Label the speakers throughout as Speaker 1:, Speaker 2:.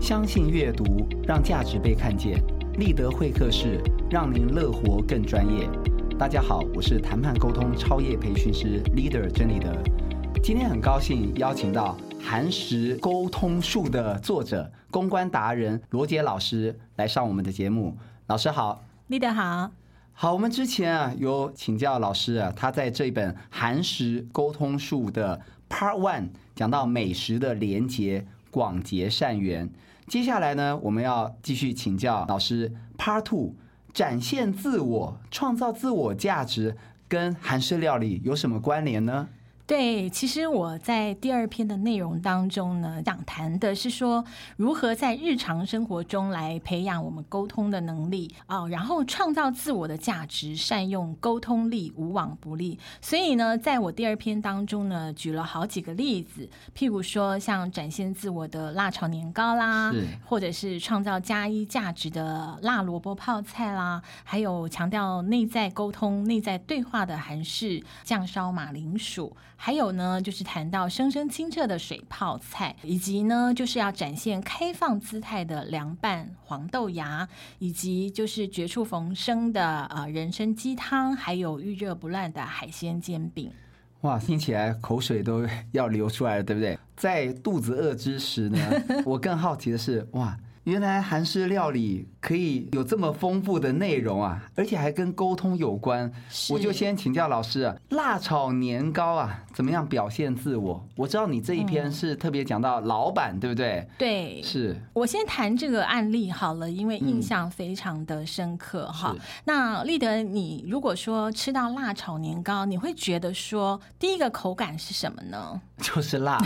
Speaker 1: 相信阅读，让价值被看见。立德会客室，让您乐活更专业。大家好，我是谈判沟通超业培训师 Leader 真理德。今天很高兴邀请到《韩食沟通术》的作者、公关达人罗杰老师来上我们的节目。老师好，
Speaker 2: 立德好，
Speaker 1: 好，我们之前啊有请教老师啊，他在这本《韩食沟通术》的 Part One 讲到美食的连结，广结善缘。接下来呢，我们要继续请教老师 Part Two 展现自我、创造自我价值跟韩式料理有什么关联呢？
Speaker 2: 对，其实我在第二篇的内容当中呢，想谈的是说如何在日常生活中来培养我们沟通的能力啊、然后创造自我的价值，善用沟通力，无往不利。所以呢，在我第二篇当中呢，举了好几个例子，譬如说像展现自我的辣炒年糕啦
Speaker 1: 是，
Speaker 2: 或者是创造加一价值的辣萝卜泡菜啦，还有强调内在沟通、内在对话的韩式酱烧马铃薯，还有呢就是谈到生生清澈的水泡菜，以及呢就是要展现开放姿态的凉拌黄豆芽，以及就是绝处逢生的呃人参鸡汤，还有预热不烂的海鲜煎饼。
Speaker 1: 哇，听起来口水都要流出来了，对不对？在肚子饿之时 呢，我更好奇的是，哇，原来韩式料理可以有这么丰富的内容啊，而且还跟沟通有关。我就是先请教老师啊，辣炒年糕啊，怎么样表现自我？我知道你这一篇是特别讲到老板，对不对？
Speaker 2: 嗯对，
Speaker 1: 是，
Speaker 2: 我先谈这个案例好了，因为
Speaker 1: 嗯
Speaker 2: 印象非常的深刻哈。
Speaker 1: 是
Speaker 2: 那立德，你如果说吃到辣炒年糕，你会觉得说第一个口感是什么呢？
Speaker 1: 就是辣，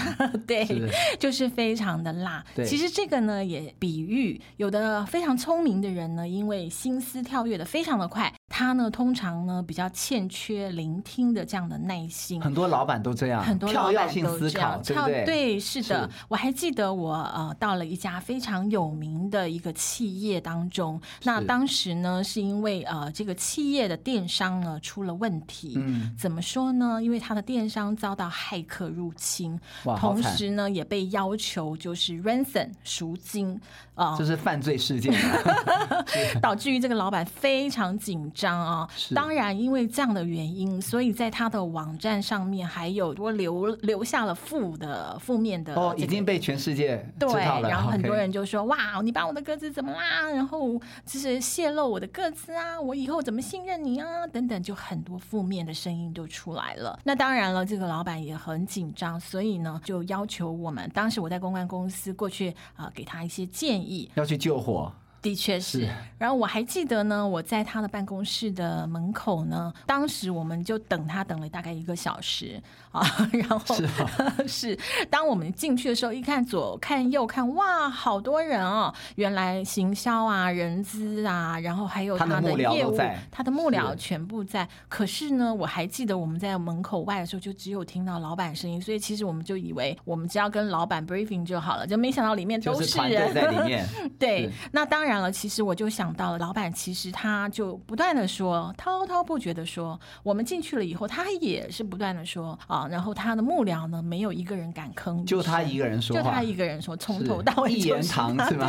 Speaker 2: 对，
Speaker 1: 是，
Speaker 2: 就是非常的辣
Speaker 1: 对。
Speaker 2: 其实这个呢，也比喻有的非常聪明的人呢，因为心思跳跃的非常的快，他呢通常呢比较欠缺聆听的这样的耐心。
Speaker 1: 很多老板都这样，
Speaker 2: 很多
Speaker 1: 啊跳
Speaker 2: 老
Speaker 1: 跃
Speaker 2: 板
Speaker 1: 性
Speaker 2: 都
Speaker 1: 思
Speaker 2: 这样
Speaker 1: 考，，对不
Speaker 2: 跳
Speaker 1: 对？
Speaker 2: 是的。我还记得我呃到了一家非常有名的一个企业当中，那
Speaker 1: 是
Speaker 2: 当时呢是因为呃这个企业的电商呢出了问题。
Speaker 1: 嗯，
Speaker 2: 怎么说呢？因为它的电商遭到骇客入侵，
Speaker 1: 哇，好
Speaker 2: 同
Speaker 1: 惨，
Speaker 2: 时呢也被要求就是 ransom 赎金，呃
Speaker 1: 这，是犯罪事件啊、
Speaker 2: 导致于这个老板非常紧张啊、
Speaker 1: 是
Speaker 2: 当然，因为这样的原因，所以在他的网站上面还有多留留下了负的负面的、
Speaker 1: 哦，已经。被全世界知
Speaker 2: 对，
Speaker 1: 道了，
Speaker 2: 然后很
Speaker 1: OK
Speaker 2: 多人就说：“哇，你把我的歌词怎么啦？然后就是泄露我的歌词啊，我以后怎么信任你啊？等等，就很多负面的声音就出来了。那当然了，这个老板也很紧张，所以呢，就要求我们。当时我在公关公司过去啊、呃给他一些建议。
Speaker 1: 要去救火，
Speaker 2: 的确是。
Speaker 1: 是
Speaker 2: 然后我还记得呢，我在他的办公室的门口呢，当时我们就等他等了大概一个小时啊， 然后
Speaker 1: 是吧？
Speaker 2: 是，当我们进去的时候，一看左看右看，哇，好多人哦！原来行销啊、人资啊，然后还有
Speaker 1: 他的幕僚
Speaker 2: 业
Speaker 1: 都
Speaker 2: 务
Speaker 1: 在，
Speaker 2: 他的幕僚
Speaker 1: 是
Speaker 2: 全部在。可是呢，我还记得我们在门口外的时候，就只有听到老板声音，所以其实我们就以为我们只要跟老板 briefing 就好了，就没想到里面
Speaker 1: 就
Speaker 2: 都
Speaker 1: 是团队
Speaker 2: 人。
Speaker 1: 在里面，
Speaker 2: 对
Speaker 1: 是，
Speaker 2: 那当然了，其实我就想到了，老板其实他就不断的说，滔滔不绝的说，我们进去了以后，他也是不断的说啊，然后他的幕僚呢，没有一个人敢吭一声，
Speaker 1: 就他一个人说
Speaker 2: 就
Speaker 1: 话
Speaker 2: 他，一个人说，从
Speaker 1: 是
Speaker 2: 头到尾
Speaker 1: 一
Speaker 2: 就
Speaker 1: 言
Speaker 2: 是
Speaker 1: 堂
Speaker 2: 他
Speaker 1: 是吗？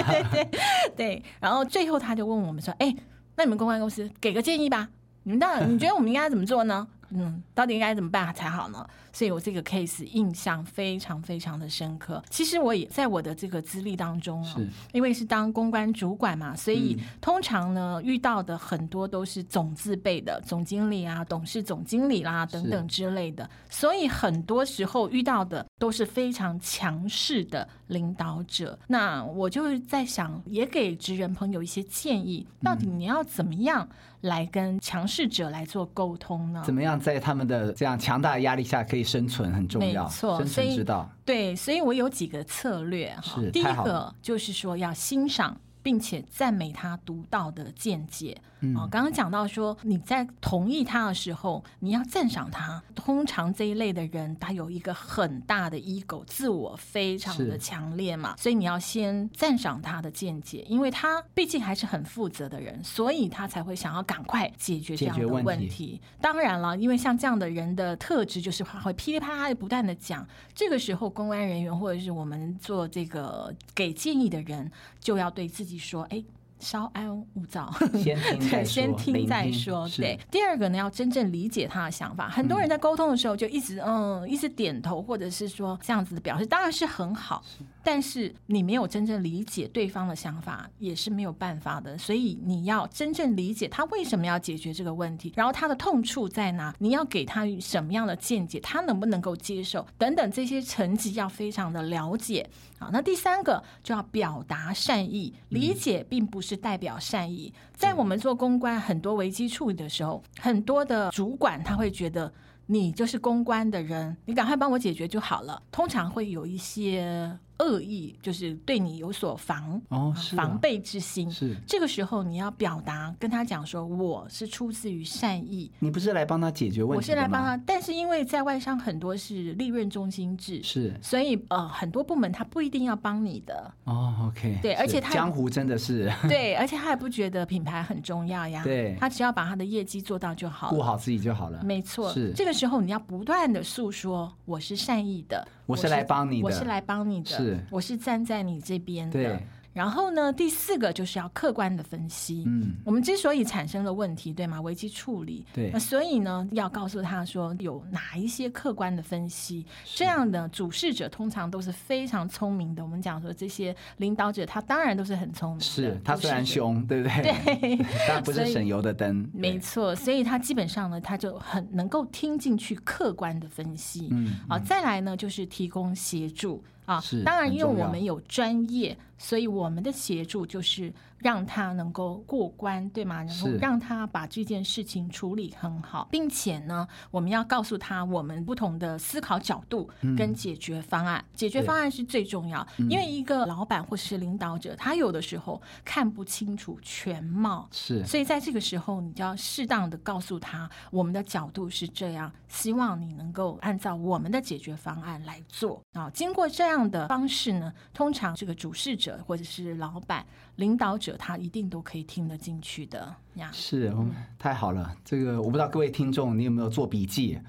Speaker 2: 对，然后最后他就问我们说：“哎，那你们公关公司给个建议吧，你们到底你觉得我们应该怎么做呢？嗯，到底应该怎么办才好呢？”所以我这个 case 印象非常非常的深刻。其实我也在我的这个资历当中 啊、
Speaker 1: 是
Speaker 2: 因为是当公关主管嘛，所以
Speaker 1: 嗯
Speaker 2: 通常呢遇到的很多都是总字辈的总经理啊、董事总经理啦、等等之类的，所以很多时候遇到的都是非常强势的领导者。那我就是在想，也给职人朋友一些建议，到底你要怎么样来跟强势者来做沟通呢？
Speaker 1: 怎么样在他们的这样强大的压力下可以生存很重要，
Speaker 2: 没错
Speaker 1: 生
Speaker 2: 所
Speaker 1: 存
Speaker 2: 以
Speaker 1: 之道
Speaker 2: 对，所以我有几个策略哈
Speaker 1: 是。
Speaker 2: 第一
Speaker 1: 太好
Speaker 2: 个
Speaker 1: 了
Speaker 2: 就是说要欣赏。并且赞美他独到的见解。
Speaker 1: 嗯
Speaker 2: 哦，刚刚讲到说你在同意他的时候，你要赞赏他。通常这一类的人，他有一个很大的 ego，自我非常的
Speaker 1: 是
Speaker 2: 强烈嘛，所以你要先赞赏他的见解，因为他毕竟还是很负责的人，所以他才会想要赶快解决这
Speaker 1: 解
Speaker 2: 样
Speaker 1: 决
Speaker 2: 的
Speaker 1: 问
Speaker 2: 问
Speaker 1: 题
Speaker 2: 题。当然了，因为像这样的人的特质就是他会噼里啪啦的不断的讲，这个时候公安人员或者是我们做这个给建议的人，就要对自己说，哎。稍安勿躁，
Speaker 1: 先听再
Speaker 2: 对，
Speaker 1: 说，
Speaker 2: 先听
Speaker 1: 聆
Speaker 2: 再说。
Speaker 1: 是嗯
Speaker 2: 对，第二个呢，要真正理解他的想法。很多人在沟通的时候就一直嗯一直点头，或者是说这样子的表示，当然是很好，但是你没有真正理解对方的想法，也是没有办法的。所以你要真正理解他为什么要解决这个问题，然后他的痛处在哪，你要给他什么样的见解，他能不能够接受，等等这些层级要非常的了解。好，那第三个就要表达善意，
Speaker 1: 嗯
Speaker 2: 理解并不是代表善意。在我们做公关很多危机处理的时候，很多的主管他会觉得。你就是公关的人，你赶快帮我解决就好了。通常会有一些恶意，就是对你有所防、
Speaker 1: 哦，是啊
Speaker 2: 防备之心。
Speaker 1: 是。
Speaker 2: 这个时候你要表达，跟他讲说我是出自于善意，
Speaker 1: 你不是来帮他解决问
Speaker 2: 我
Speaker 1: 题
Speaker 2: 是
Speaker 1: 的吗？
Speaker 2: 来帮他。但是因为在外商很多是利润中心制，
Speaker 1: 是
Speaker 2: 所以呃很多部门他不一定要帮你 的，
Speaker 1: 哦，OK，
Speaker 2: 对而
Speaker 1: 是
Speaker 2: 且他
Speaker 1: 江湖真的是
Speaker 2: 对，而且他也不觉得品牌很重要呀，
Speaker 1: 对
Speaker 2: 他只要把他的业绩做到就好
Speaker 1: 顾
Speaker 2: 了。
Speaker 1: 好自己就好了。
Speaker 2: 没错，
Speaker 1: 是
Speaker 2: 这个时候你要不断的诉说，我是善意的，
Speaker 1: 我是来帮你的
Speaker 2: 我是来帮你的，
Speaker 1: 是
Speaker 2: 我是站在你这边的
Speaker 1: 对。，
Speaker 2: 然后呢，第四个就是要客观的分析，
Speaker 1: 嗯，
Speaker 2: 我们之所以产生了问题，对吗？危机处理，
Speaker 1: 对
Speaker 2: 那所以呢，要告诉他说有哪一些客观的分析，这样的主事者通常都是非常聪明的。我们讲说这些领导者，他当然都是很聪明的，
Speaker 1: 是他
Speaker 2: 主事
Speaker 1: 虽然
Speaker 2: 者。
Speaker 1: 凶，对不对？
Speaker 2: 对，
Speaker 1: 但不
Speaker 2: 所
Speaker 1: 是
Speaker 2: 以
Speaker 1: 省油的灯。
Speaker 2: 没
Speaker 1: 对，
Speaker 2: 错，所以他基本上呢，他就很能够听进去客观的分析。
Speaker 1: 嗯，
Speaker 2: 啊，再来呢就是提供协助啊
Speaker 1: 是。
Speaker 2: 当然，
Speaker 1: 很
Speaker 2: 因为
Speaker 1: 重
Speaker 2: 我
Speaker 1: 要
Speaker 2: 们有专业，所以我们的协助就是让他能够过关，对吗？然后
Speaker 1: 是
Speaker 2: 让他把这件事情处理很好，并且呢，我们要告诉他我们不同的思考角度跟解决方案。解决
Speaker 1: 嗯对嗯
Speaker 2: 方案是最重要，因为一个老板或是领导者，他有的时候看不清楚全貌，
Speaker 1: 是
Speaker 2: 所以在这个时候，你就要适当的告诉他，我们的角度是这样，希望你能够按照我们的解决方案来做啊。经过这样的方式呢，通常这个主事者或者是老板、领导者，他一定都可以听得进去的呀。
Speaker 1: 是，嗯太好了。这个我不知道各位听众你有没有做笔记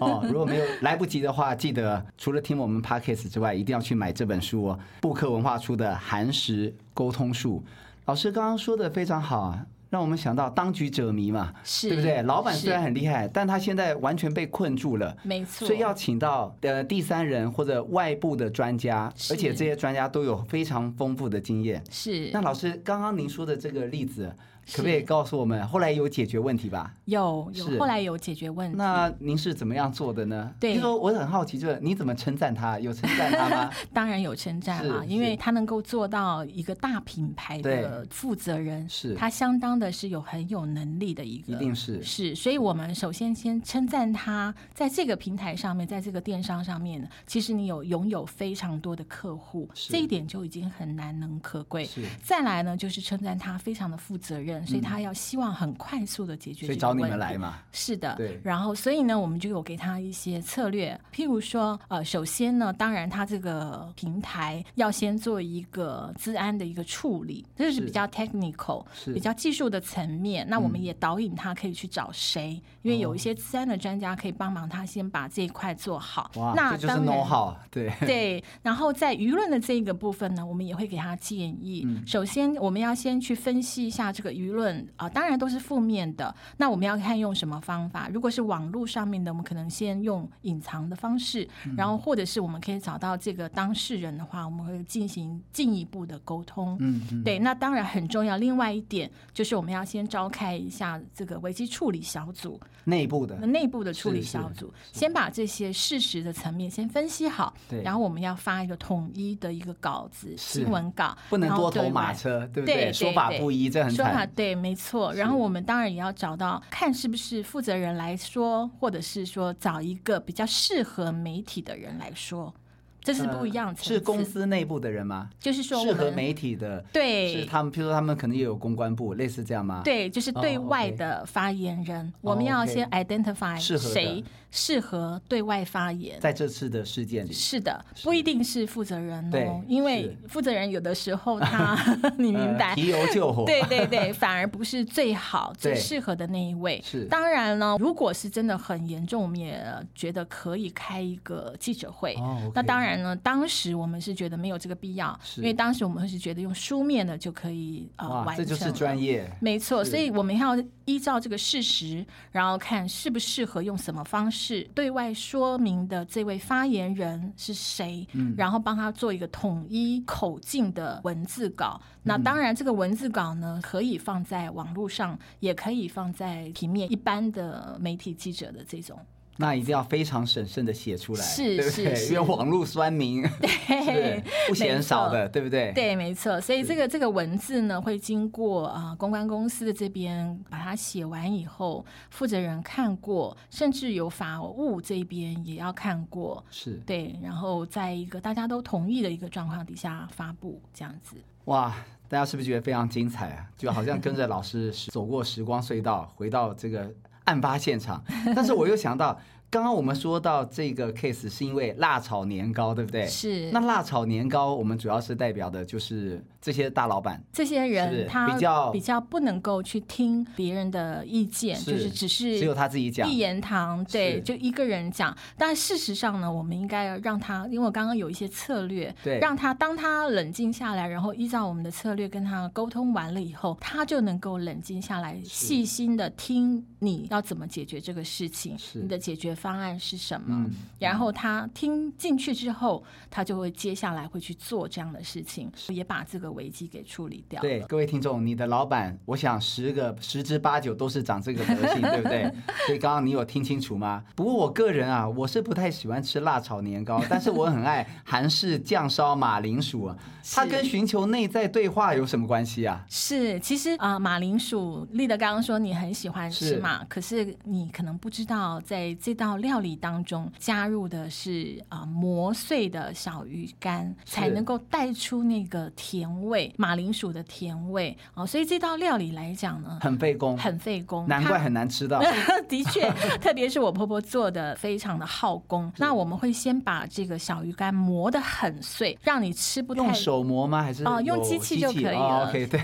Speaker 1: 哦？如果没有来不及的话，记得除了听我们 podcast 之外，一定要去买这本书哦，布克文化出的《韩食沟通术》。老师刚刚说的非常好啊，让我们想到当局者迷嘛，
Speaker 2: 是
Speaker 1: 对不对？老板虽然
Speaker 2: 是
Speaker 1: 很厉害，但他现在完全被困住了。
Speaker 2: 没错，
Speaker 1: 所以要请到呃第三人或者外部的专家，
Speaker 2: 是
Speaker 1: 而且这些专家都有非常丰富的经验。
Speaker 2: 是
Speaker 1: 那老师，刚刚您说的这个例子，
Speaker 2: 是
Speaker 1: 可不可以告诉我们后来有解决问题吧？
Speaker 2: 有有
Speaker 1: 是
Speaker 2: 后来有解决问题。
Speaker 1: 那您是怎么样做的呢？
Speaker 2: 嗯对
Speaker 1: 听说我很好奇，就是你怎么称赞他？有称赞他 吗？
Speaker 2: 当然有称赞啦，
Speaker 1: 是
Speaker 2: 因为
Speaker 1: 是
Speaker 2: 他能够做到一个大品牌的
Speaker 1: 对
Speaker 2: 负责人，
Speaker 1: 是
Speaker 2: 他相当的是有很有能力的一个，
Speaker 1: 一定是
Speaker 2: 是，所以我们首先先称赞他，在这个平台上面，在这个电商上面，其实你有拥有非常多的客户，
Speaker 1: 是
Speaker 2: 这一点就已经很难能可贵。
Speaker 1: 是，
Speaker 2: 再来呢，就是称赞他非常的负责任，所以他要希望很快速的解
Speaker 1: 嗯
Speaker 2: 决
Speaker 1: 所
Speaker 2: 这
Speaker 1: 以
Speaker 2: 个
Speaker 1: 找你
Speaker 2: 问
Speaker 1: 们
Speaker 2: 题
Speaker 1: 来嘛。
Speaker 2: 是的，
Speaker 1: 对
Speaker 2: 然后，所以呢，我们就有给他一些策略，譬如说，呃，首先呢，当然他这个平台要先做一个治安的一个处理，这是
Speaker 1: 是
Speaker 2: 比较 technical。
Speaker 1: 是嗯
Speaker 2: 比较技术的层面，那我们也导引他可以去找谁，因为有一
Speaker 1: 哦
Speaker 2: 些治安的专家可以帮忙他先把这一块做好。
Speaker 1: 哇，
Speaker 2: 那
Speaker 1: 这就是
Speaker 2: 当然
Speaker 1: no 好，对，
Speaker 2: 对，然后在舆论的这个部分呢，我们也会给他建议。
Speaker 1: 嗯
Speaker 2: 首先，我们要先去分析一下这个舆论啊、当然都是负面的。那我们要看用什么方法？如果是网络上面的，我们可能先用隐藏的方式，
Speaker 1: 嗯
Speaker 2: 然后或者是我们可以找到这个当事人的话，我们会进行进一步的沟通。
Speaker 1: 嗯嗯，
Speaker 2: 对，那当然很重要。另外一点就是，我们要先召开一下这个危机处理小组，
Speaker 1: 内部的
Speaker 2: 那内部的处理
Speaker 1: 是是
Speaker 2: 小组，先把这些事实的层面先分析好，
Speaker 1: 对
Speaker 2: 然后我们要发一个统一的一个稿子，
Speaker 1: 是
Speaker 2: 新闻稿，
Speaker 1: 不能
Speaker 2: 然后
Speaker 1: 多头
Speaker 2: 对
Speaker 1: 马
Speaker 2: 外
Speaker 1: 车，对不
Speaker 2: 对对
Speaker 1: 说法
Speaker 2: 对
Speaker 1: 不一，这很
Speaker 2: 说法
Speaker 1: 惨。
Speaker 2: 对，没错。然后我们当然也要找到看是不是负责人来说，或者是说找一个比较适合媒体的人来说。这是不一样层次。
Speaker 1: 呃是公，司内部的人吗？
Speaker 2: 就是说
Speaker 1: 适
Speaker 2: 我
Speaker 1: 合
Speaker 2: 们
Speaker 1: 媒体的，是
Speaker 2: 对
Speaker 1: 他们，譬如说他们可能也有公关部，类似这样吗？，
Speaker 2: 对，就是对
Speaker 1: 哦，OK
Speaker 2: 外的发言人，我们
Speaker 1: 哦
Speaker 2: 要
Speaker 1: ，OK
Speaker 2: 先 identify
Speaker 1: 适合的
Speaker 2: 谁适合对外发言。
Speaker 1: 在这次的事件里，
Speaker 2: 是的，不一定是负责人哦
Speaker 1: 对，
Speaker 2: 因为负责人有的时候他， 你明白
Speaker 1: 呃，提油救火，
Speaker 2: 对对对， 反而不是最好、最
Speaker 1: 对
Speaker 2: 适合的那一位。
Speaker 1: 是
Speaker 2: 当然了，如果是真的很严重，我们也觉得可以开一个记者会。
Speaker 1: 哦，OK
Speaker 2: 那当然呢，当时我们是觉得没有这个必要，
Speaker 1: 是
Speaker 2: 因为当时我们是觉得用书面的就可以呃
Speaker 1: 哇，
Speaker 2: 完
Speaker 1: 这
Speaker 2: 成。
Speaker 1: 就是专。业，
Speaker 2: 没错，
Speaker 1: 是
Speaker 2: 所以我们要依照这个事实，然后看适不适合用什么方式对外说明的这位发言人是谁，然后帮他做一个统一口径的文字稿。那当然，这个文字稿呢，可以放在网络上，也可以放在平面一般的媒体记者的这种。
Speaker 1: 那一定要非常审慎的写出来，
Speaker 2: 是
Speaker 1: 对不
Speaker 2: 是
Speaker 1: 对？
Speaker 2: 是
Speaker 1: 因为网络酸民， 对，不嫌少的，对不对？，
Speaker 2: 对，没错。所以
Speaker 1: 是
Speaker 2: 这个这个文字呢，会经过啊、呃公关公司的这边把它写完以后，负责人看过，甚至有法务这边也要看过。
Speaker 1: 是
Speaker 2: 对，然后在一个大家都同意的一个状况底下发布，这样子。
Speaker 1: 哇，大家是不是觉得非常精彩啊？就好像跟着老师时走过时光隧道， 回到这个案发现场。但是我又想到，刚刚我们说到这个 case 是因为辣炒年糕，对不对？
Speaker 2: 是
Speaker 1: 那辣炒年糕，我们主要是代表的就是这些大老板，
Speaker 2: 这些
Speaker 1: 是
Speaker 2: 人他
Speaker 1: 比较
Speaker 2: 比较不能够去听别人的意见，就是
Speaker 1: 是
Speaker 2: 只
Speaker 1: 只
Speaker 2: 是
Speaker 1: 有他自己讲
Speaker 2: 一。言堂，对，
Speaker 1: 是
Speaker 2: 就一个人讲。但事实上呢，我们应该要让他，因为我刚刚有一些策略，
Speaker 1: 对
Speaker 2: 让他当他冷静下来，然后依照我们的策略跟他沟通完了以后，他就能够冷静下来，细心的听你要怎么解决这个事情，
Speaker 1: 是
Speaker 2: 你的解决方案是什么。
Speaker 1: 嗯
Speaker 2: 然后他听进去之后，他就会接下来会去做这样的事情，也把这个危机给处理掉。
Speaker 1: 对，各位听众，你的老板，我想十个十之八九都是长这个德性，对 不对？所以刚刚你有听清楚吗？不过我个人啊，我是不太喜欢吃辣炒年糕，但是我很爱韩式酱烧马铃薯啊。它
Speaker 2: 是
Speaker 1: 跟寻求内在对话有什么关系啊？
Speaker 2: 是，其实啊、呃马铃薯，丽德刚刚说你很喜欢吃
Speaker 1: 是
Speaker 2: 嘛，可是你可能不知道，在这道料理当中加入的是啊、呃磨碎的小鱼干，才
Speaker 1: 是
Speaker 2: 能够带出那个甜味，马铃薯的甜味哦、所以这道料理来讲呢，
Speaker 1: 很费工，
Speaker 2: 很费工，
Speaker 1: 难
Speaker 2: 它
Speaker 1: 怪很难吃到。
Speaker 2: 的确，特别是我婆婆做的非常的耗工。那我们会先把这个小鱼干磨得很碎，让你吃不
Speaker 1: 用
Speaker 2: 太
Speaker 1: 手磨吗？还是
Speaker 2: 哦用
Speaker 1: 有
Speaker 2: 机器就可以
Speaker 1: 哦
Speaker 2: 了
Speaker 1: OK，对，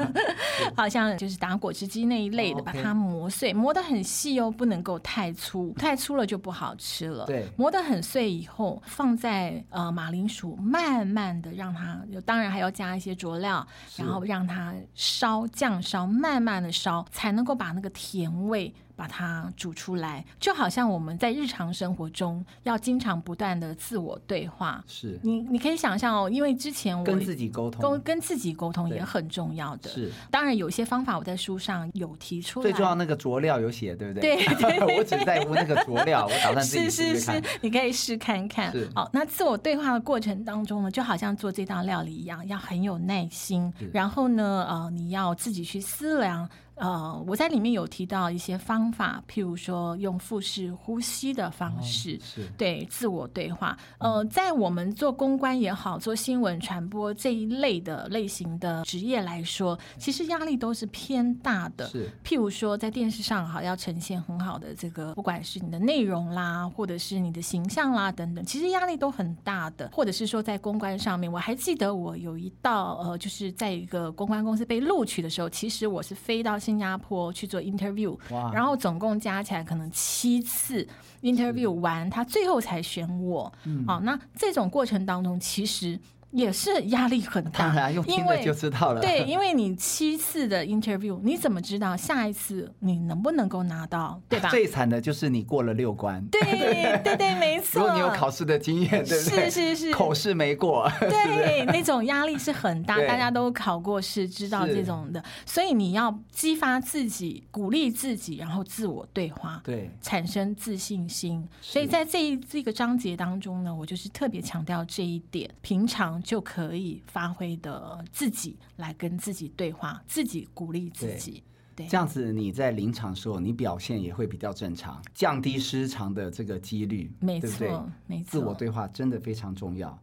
Speaker 2: 好像就是打果汁机那一类的，
Speaker 1: 哦
Speaker 2: 把
Speaker 1: OK
Speaker 2: 它磨碎，磨得很细哦，不能够太粗，太粗了就不好吃了。
Speaker 1: 对
Speaker 2: 磨得很碎以后，放在呃马铃薯，慢慢的让它，当然还要加一些佐料，
Speaker 1: 是
Speaker 2: 然后让它烧酱烧，慢慢的烧，才能够把那个甜味。把它煮出来，就好像我们在日常生活中要经常不断的自我对话。
Speaker 1: 是
Speaker 2: 你你可以想象哦，因为之前我
Speaker 1: 跟自己沟
Speaker 2: 沟
Speaker 1: 通，
Speaker 2: 跟自己沟通也
Speaker 1: 对
Speaker 2: 很重要的。
Speaker 1: 是
Speaker 2: 当然，有一些方法我在书上有提出来。
Speaker 1: 最重要那个佐料有写，对不对？
Speaker 2: 对对
Speaker 1: 我只在乎那个佐料，我打算自己
Speaker 2: 是
Speaker 1: 试
Speaker 2: 是
Speaker 1: 试看
Speaker 2: 是。，你可以试看看
Speaker 1: 是。
Speaker 2: 好，那自我对话的过程当中呢，就好像做这道料理一样，要很有耐心
Speaker 1: 是。
Speaker 2: 然后呢，呃，你要自己去思量。呃，我在里面有提到一些方法，譬如说用腹式呼吸的方式。
Speaker 1: 哦是
Speaker 2: 对自我对话，呃，
Speaker 1: 嗯
Speaker 2: 在我们做公关也好，做新闻传播这一类的类型的职业来说，其实压力都是偏大的。
Speaker 1: 是
Speaker 2: 譬如说，在电视上哈，要呈现很好的这个，不管是你的内容啦，或者是你的形象啦等等，其实压力都很大的。或者是说，在公关上面，我还记得我有一道呃，就是在一个公关公司被录取的时候，其实我是飞到新加坡去做 interview，
Speaker 1: 哇，
Speaker 2: 然后总共加起来可能七次 interview 完，他最后才选我。
Speaker 1: 嗯
Speaker 2: 好、那这种过程当中，其实也是压力很大，
Speaker 1: 当然用
Speaker 2: 因
Speaker 1: 听
Speaker 2: 为
Speaker 1: 的就知道 了。
Speaker 2: 对，因为你七次的 interview，你怎么知道下一次你能不能够拿到，对吧？
Speaker 1: 最惨的就是你过了六关。
Speaker 2: 对对对，没
Speaker 1: 如
Speaker 2: 错。
Speaker 1: 果你有考试的经验，对不
Speaker 2: 是
Speaker 1: 对？
Speaker 2: 是是，
Speaker 1: 口试没过，
Speaker 2: 对，那种压力是很大，
Speaker 1: 对
Speaker 2: 大家都考过试，知道
Speaker 1: 是
Speaker 2: 这种的，所以你要激发自己，鼓励自己，然后自我对话。
Speaker 1: 对，
Speaker 2: 产生自信心，
Speaker 1: 是
Speaker 2: 所以在这一这个章节当中呢，我就是特别强调这一点，平常就可以发挥的自己来跟自己对话，自己鼓励自己。对
Speaker 1: 这样子你在临场的时候，你表现也会比较正常，降低失常的这个几率，
Speaker 2: 没
Speaker 1: 对不
Speaker 2: 错，
Speaker 1: 对？
Speaker 2: 没错，
Speaker 1: 自我对话真的非常重要。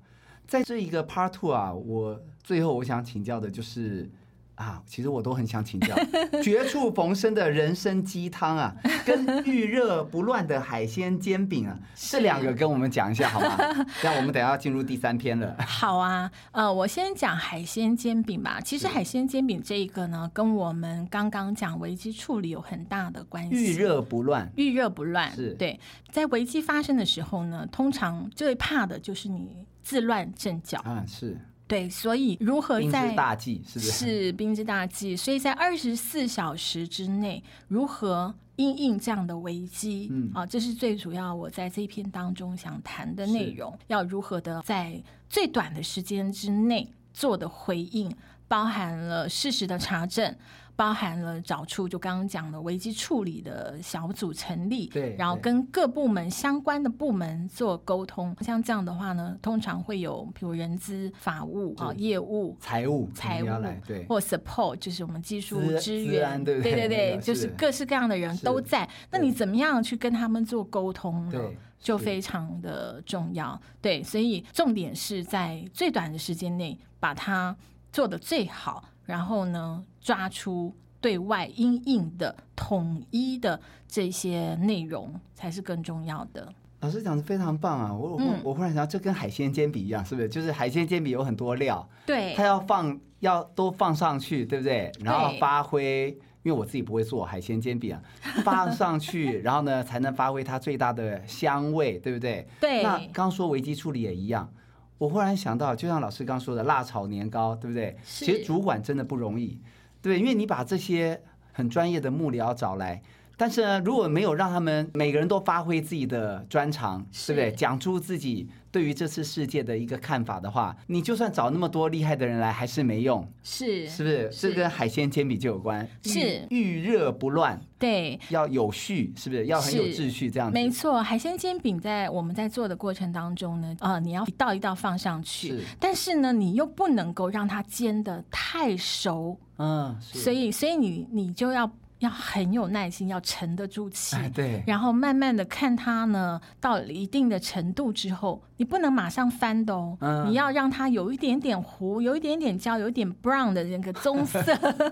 Speaker 1: 在这一个 Part Two 啊，我最后我想请教的就是啊，其实我都很想请 教绝处逢生的人参鸡汤啊，跟预热不乱的海鲜煎饼 啊，这两个跟我们讲一下好吗？这样我们等一下要进入第三篇了。
Speaker 2: 好啊，呃，我先讲海鲜煎饼吧。其实海鲜煎饼这一个呢，跟我们刚刚讲危机处理有很大的关系。
Speaker 1: 预热不乱，
Speaker 2: 遇热不乱，
Speaker 1: 是
Speaker 2: 对。在危机发生的时候呢，通常最怕的就是你自乱阵脚。
Speaker 1: 啊，是
Speaker 2: 对，所以如何
Speaker 1: 冰
Speaker 2: 在
Speaker 1: 之大忌，是不是？
Speaker 2: 兵之大忌，所以在二十四小时之内如何？因应这样的危机，
Speaker 1: 嗯
Speaker 2: 啊，这是最主要我在这一篇当中想谈的内容，要如何的在最短的时间之内做的回应，包含了事实的查证，包含了找出就刚刚讲的危机处理的小组成立，
Speaker 1: 对
Speaker 2: 然后
Speaker 1: 对
Speaker 2: 跟各部门相关的部门做沟通。像这样的话呢，通常会有比如人资、法务啊、
Speaker 1: 是
Speaker 2: 业 务
Speaker 1: 财务，
Speaker 2: 财
Speaker 1: 你
Speaker 2: 务
Speaker 1: 要来对，
Speaker 2: 或 support，就是我们技术
Speaker 1: 资资
Speaker 2: 支援，
Speaker 1: 安对不对
Speaker 2: 对
Speaker 1: 那个
Speaker 2: 就是
Speaker 1: 是
Speaker 2: 各式各样的人
Speaker 1: 是
Speaker 2: 都在。那
Speaker 1: 对
Speaker 2: 你怎么样去跟他们做沟通呢
Speaker 1: 对？
Speaker 2: 就是非常的重要。对，所以重点是在最短的时间内把它做得最好，然后呢，抓出对外阴应的统一的这些内容才是更重要的。
Speaker 1: 老师讲的非常棒啊！我我、
Speaker 2: 嗯
Speaker 1: 我忽然想到，这跟海鲜煎饼一样，是不是？就是海鲜煎饼有很多料，
Speaker 2: 对
Speaker 1: 它，要放要都放上去，对不对？然后
Speaker 2: 对
Speaker 1: 发挥，因为我自己不会做海鲜煎饼啊，放上去，然后呢才能发挥它最大的香味，对不对？
Speaker 2: 对
Speaker 1: 那刚说危机处理也一样。我忽然想到，就像老师刚说的，辣炒年糕，对不对？
Speaker 2: 是
Speaker 1: 其实主管真的不容易，对，因为你把这些很专业的幕僚找来，但是呢，如果没有让他们每个人都发挥自己的专长，对不对？
Speaker 2: 是
Speaker 1: 讲出自己对于这次世界的一个看法的话，你就算找那么多厉害的人来，还是没用，
Speaker 2: 是
Speaker 1: 是不是？
Speaker 2: 是
Speaker 1: 这跟海鲜煎饼就有关，
Speaker 2: 是
Speaker 1: 预预热不乱，
Speaker 2: 对，
Speaker 1: 要有序，是不是？要很有
Speaker 2: 是
Speaker 1: 秩序，这样子。
Speaker 2: 没错，海鲜煎饼在我们在做的过程当中呢，呃，你要一道一道放上去
Speaker 1: 是，
Speaker 2: 但是呢，你又不能够让它煎的太熟，
Speaker 1: 嗯，是
Speaker 2: 所以所以你你就要要很有耐心，要沉得住气。
Speaker 1: 哎， 对，
Speaker 2: 然后慢慢的看它呢，到了一定的程度之后，你不能马上翻的哦，
Speaker 1: 嗯
Speaker 2: 你要让它有一点点糊，有一点点焦，有一点 brown 的那个棕色，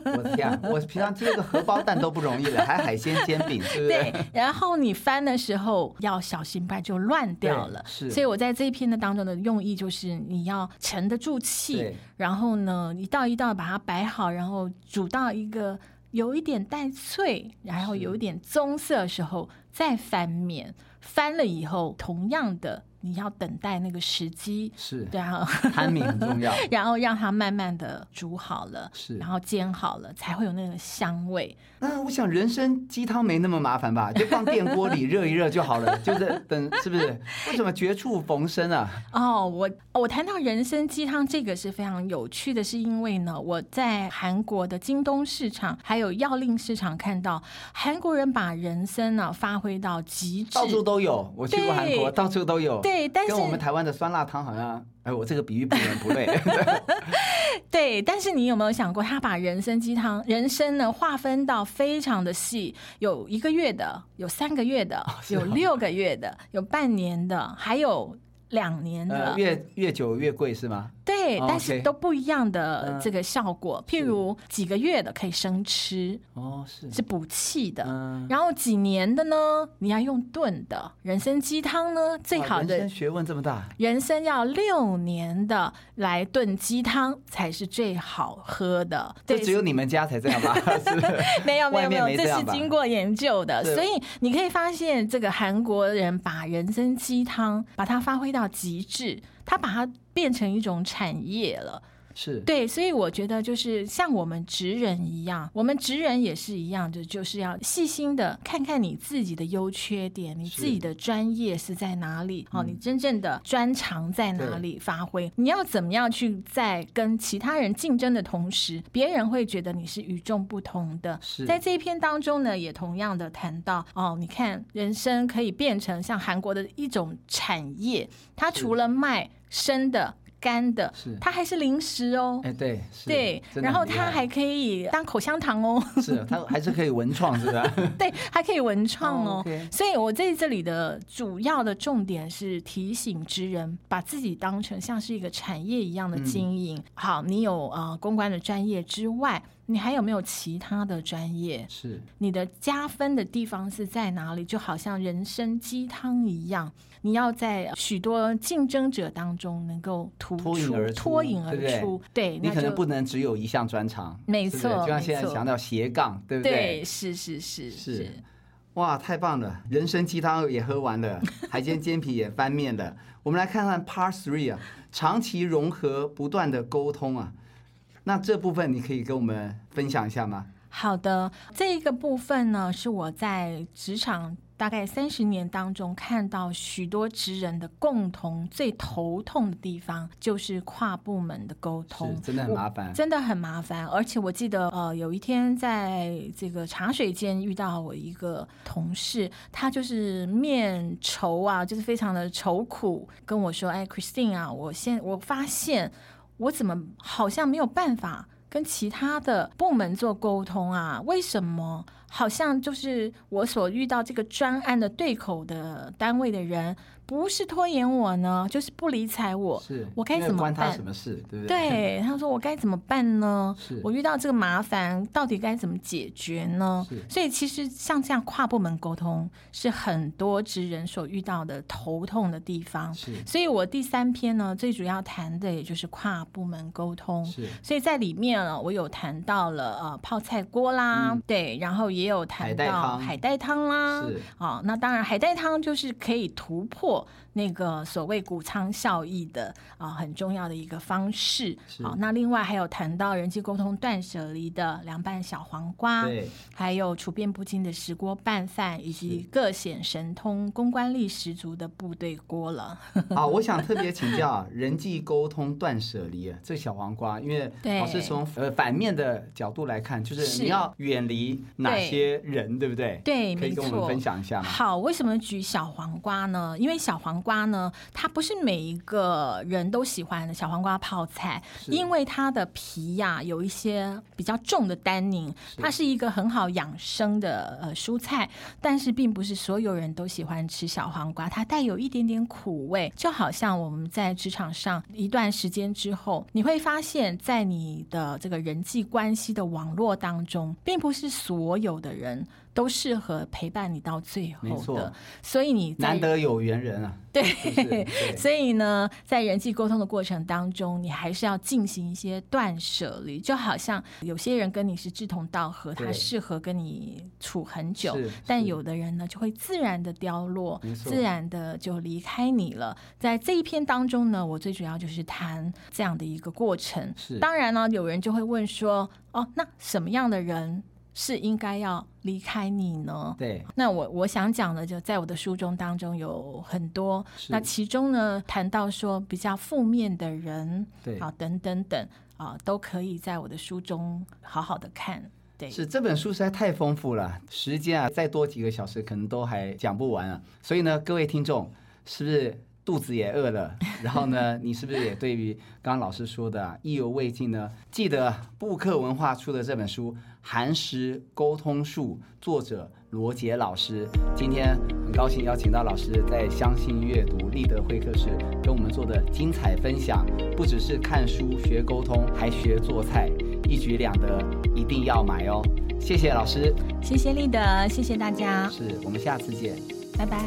Speaker 1: 我的天啊、我平常接个荷包蛋都不容易了，还海鲜煎饼，是不是？
Speaker 2: 对，然后你翻的时候要小心，不然就乱掉
Speaker 1: 对
Speaker 2: 了。
Speaker 1: 是
Speaker 2: 所以我在这一篇的当中的用意就是你要沉得住气
Speaker 1: 对，
Speaker 2: 然后呢一道一道把它摆好，然后煮到一个有一点带脆，然后
Speaker 1: 是
Speaker 2: 有一点棕色的时候再翻面，翻了以后同样的你要等待那个时机，
Speaker 1: 是
Speaker 2: 对啊。
Speaker 1: ，timing 很重要。
Speaker 2: 然后让它慢慢的煮好了，
Speaker 1: 是
Speaker 2: 然后煎好了，才会有那个香味。
Speaker 1: 那我想人参鸡汤没那么麻烦吧，就放电锅里热一热就好了，就是等是不是？为什么绝处逢生啊？
Speaker 2: 哦，我我谈到人参鸡汤这个是非常有趣的，是因为呢，我在韩国的京东市场还有药令市场看到韩国人把人参呢、发挥到极致
Speaker 1: 到，处都有，我去过韩国，
Speaker 2: 对
Speaker 1: 到处都有。
Speaker 2: 对，但是
Speaker 1: 跟我们台湾的酸辣汤好像，哎，我这个比喻不伦不 类。
Speaker 2: 对，但是你有没有想过，他把人参鸡汤人参呢划分到非常的细，有一个月的，有三个月的，
Speaker 1: 是
Speaker 2: 有
Speaker 1: 哦
Speaker 2: 六个月的，有半年的，还有两年的
Speaker 1: 呃，，越越久越贵是吗？
Speaker 2: 对，
Speaker 1: 哦
Speaker 2: 但是
Speaker 1: OK
Speaker 2: 都不一样的
Speaker 1: 嗯
Speaker 2: 这个效果。譬
Speaker 1: 是
Speaker 2: 如几个月的可以生吃，
Speaker 1: 哦，是，
Speaker 2: 是补气的。
Speaker 1: 嗯，
Speaker 2: 然后几年的呢？你要用炖的人参鸡汤呢，最
Speaker 1: 哇
Speaker 2: 好
Speaker 1: 哦人
Speaker 2: 的
Speaker 1: 参学问这么大，
Speaker 2: 人参要六年的来炖鸡汤才是最好喝的。
Speaker 1: 就
Speaker 2: 对，
Speaker 1: 只有你们家才这 样吧？是不是？
Speaker 2: 没有没有没有
Speaker 1: 外面没，这
Speaker 2: 这是
Speaker 1: 样吧
Speaker 2: 经过研究的，
Speaker 1: 是
Speaker 2: 所以你可以发现，这个韩国人把人参鸡汤把它发挥到极致，他把它变成一种产业了。
Speaker 1: 是，
Speaker 2: 对，所以我觉得就是像我们职人一样，我们职人也是一样的，就是要细心的看看你自己的优缺点，你自己的专业是在哪里，哦，你真正的专长在哪里发挥，你要怎么样去在跟其他人竞争的同时，别人会觉得你是与众不同的。
Speaker 1: 是
Speaker 2: 在这一篇当中呢，也同样的谈到哦，你看人参可以变成像韩国的一种产业，它除了卖生的。干的
Speaker 1: 是，
Speaker 2: 它还是零食哦。
Speaker 1: 哎，对，是
Speaker 2: 对，
Speaker 1: 真的
Speaker 2: 然后
Speaker 1: 很厉
Speaker 2: 它
Speaker 1: 害
Speaker 2: 还可以当口香 糖哦，
Speaker 1: 是它还是可以文创，是 吧？
Speaker 2: 对，还可以文创
Speaker 1: 哦
Speaker 2: 哦。
Speaker 1: ，OK
Speaker 2: 所以我在这里的主要的重点是提醒职人把自己当成像是一个产业一样的
Speaker 1: 嗯
Speaker 2: 经营。好，你有呃公关的专业之外，你还有没有其他的专业？
Speaker 1: 是
Speaker 2: 你的加分的地方是在哪里？就好像人生鸡汤一样，你要在许多竞争者当中能够突
Speaker 1: 脱
Speaker 2: 出、
Speaker 1: 颖而出
Speaker 2: 脱颖而
Speaker 1: 对不
Speaker 2: 出。对，
Speaker 1: 你
Speaker 2: 哎那
Speaker 1: 可
Speaker 2: 就
Speaker 1: 能不能只有一项专长，
Speaker 2: 没
Speaker 1: 是不是
Speaker 2: 错
Speaker 1: 就像现在
Speaker 2: 没错
Speaker 1: 强调斜杠，对不
Speaker 2: 对，是是是
Speaker 1: 是哇，太棒了！人参鸡汤也喝完了，海鲜煎皮也翻面了。我们来看看 Part Three 啊，长期融合，不断的沟通啊。那这部分你可以跟我们分享一下吗？
Speaker 2: 好的，这一个部分呢，是我在职场大概三十年当中看到许多职人的共同最头痛的地方，就是跨部门的沟
Speaker 1: 是
Speaker 2: 通。
Speaker 1: 真的很麻烦，
Speaker 2: 真的很麻烦，而且我记得，呃，有一天在这个茶水间遇到我一个同事，他就是面愁啊，就是非常的愁苦，跟我说：“哎，Christine 啊，我现我发现我怎么好像没有办法跟其他的部门做沟通啊？为什么？好像就是我所遇到这个专案的对口的单位的人，不是拖延我呢，就是不理睬我。
Speaker 1: 是
Speaker 2: 我该
Speaker 1: 因为
Speaker 2: 怎么
Speaker 1: 关他
Speaker 2: 办
Speaker 1: 什么事，对不对？
Speaker 2: 对，他说我该怎么办 呢？
Speaker 1: 是
Speaker 2: 我遇到这个麻烦，到底该怎么解决呢
Speaker 1: 是？
Speaker 2: 所以其实像这样跨部门沟通是很多职人所遇到的头痛的地方。
Speaker 1: 是
Speaker 2: 所以我第三篇呢，最主要谈的也就是跨部门沟通。
Speaker 1: 是
Speaker 2: 所以在里面呢，我有谈到了呃泡菜锅啦，
Speaker 1: 嗯
Speaker 2: 对，然后也有谈
Speaker 1: 海带
Speaker 2: 到
Speaker 1: 汤
Speaker 2: 海带汤啦，
Speaker 1: 是
Speaker 2: 哦，那当然海带汤就是可以突破那个所谓谷仓效益的啊、很重要的一个方式。
Speaker 1: 是
Speaker 2: 好、那另外还有谈到人际沟通断舍离的凉拌小黄瓜，
Speaker 1: 对
Speaker 2: 还有处变不惊的石锅拌饭，以及
Speaker 1: 是
Speaker 2: 各显神通、公关力十足的部队锅了。
Speaker 1: 啊，我想特别请教啊，人际沟通断舍离啊，这小黄瓜，因为
Speaker 2: 对
Speaker 1: 老师从呃反面的角度来看，就是
Speaker 2: 是
Speaker 1: 你要远离哪
Speaker 2: 对
Speaker 1: 些人，对不对？
Speaker 2: 对，
Speaker 1: 可
Speaker 2: 没
Speaker 1: 以跟
Speaker 2: 错。
Speaker 1: 我们分享一下吗？
Speaker 2: 好，为什么举小黄瓜呢？因为小黄瓜呢，它不是每一个人都喜欢的小黄瓜泡菜，
Speaker 1: 是
Speaker 2: 因为它的皮呀、有一些比较重的单宁，它是一个很好养生的呃蔬菜，但是并不是所有人都喜欢吃小黄瓜，它带有一点点苦味，就好像我们在职场上一段时间之后，你会发现在你的这个人际关系的网络当中，并不是所有的人都适合陪伴你到最
Speaker 1: 没
Speaker 2: 后
Speaker 1: 错
Speaker 2: 的，所以你在
Speaker 1: 难得有缘人啊，
Speaker 2: 对
Speaker 1: 是不是 对
Speaker 2: 所以呢，在人际沟通的过程当中，你还是要进行一些断舍离，就好像有些人跟你是志同道合，
Speaker 1: 对
Speaker 2: 他适合跟你处很久
Speaker 1: 是，
Speaker 2: 但
Speaker 1: 是
Speaker 2: 有的人呢就会自然的凋落
Speaker 1: 没，错
Speaker 2: 自然的就离开你了。在这一篇当中呢，我最主要就是谈这样的一个过程。
Speaker 1: 是
Speaker 2: 当然呢，有人就会问说，哦，那什么样的人是应该要离开你呢？
Speaker 1: 对
Speaker 2: 那我我想讲的，就在我的书中当中有很多。
Speaker 1: 是
Speaker 2: 那其中呢，谈到说比较负面的人
Speaker 1: 对
Speaker 2: 啊，等等等啊，都可以在我的书中好好的看。对，
Speaker 1: 是这本书实在太丰富了，时间啊再多几个小时可能都还讲不完啊。所以呢，各位听众是不是肚子也饿了？然后呢，你是不是也对于刚刚老师说的、啊、意犹未尽呢？记得布克文化出的这本书《寒食沟通术》，作者罗杰老师。今天很高兴邀请到老师在相信阅读立德会客室跟我们做的精彩分享，不只是看书学沟通，还学做菜，一举两得，一定要买哦！谢谢老师，
Speaker 2: 谢谢立德，谢谢大家，
Speaker 1: 是我们下次见。
Speaker 2: 拜拜。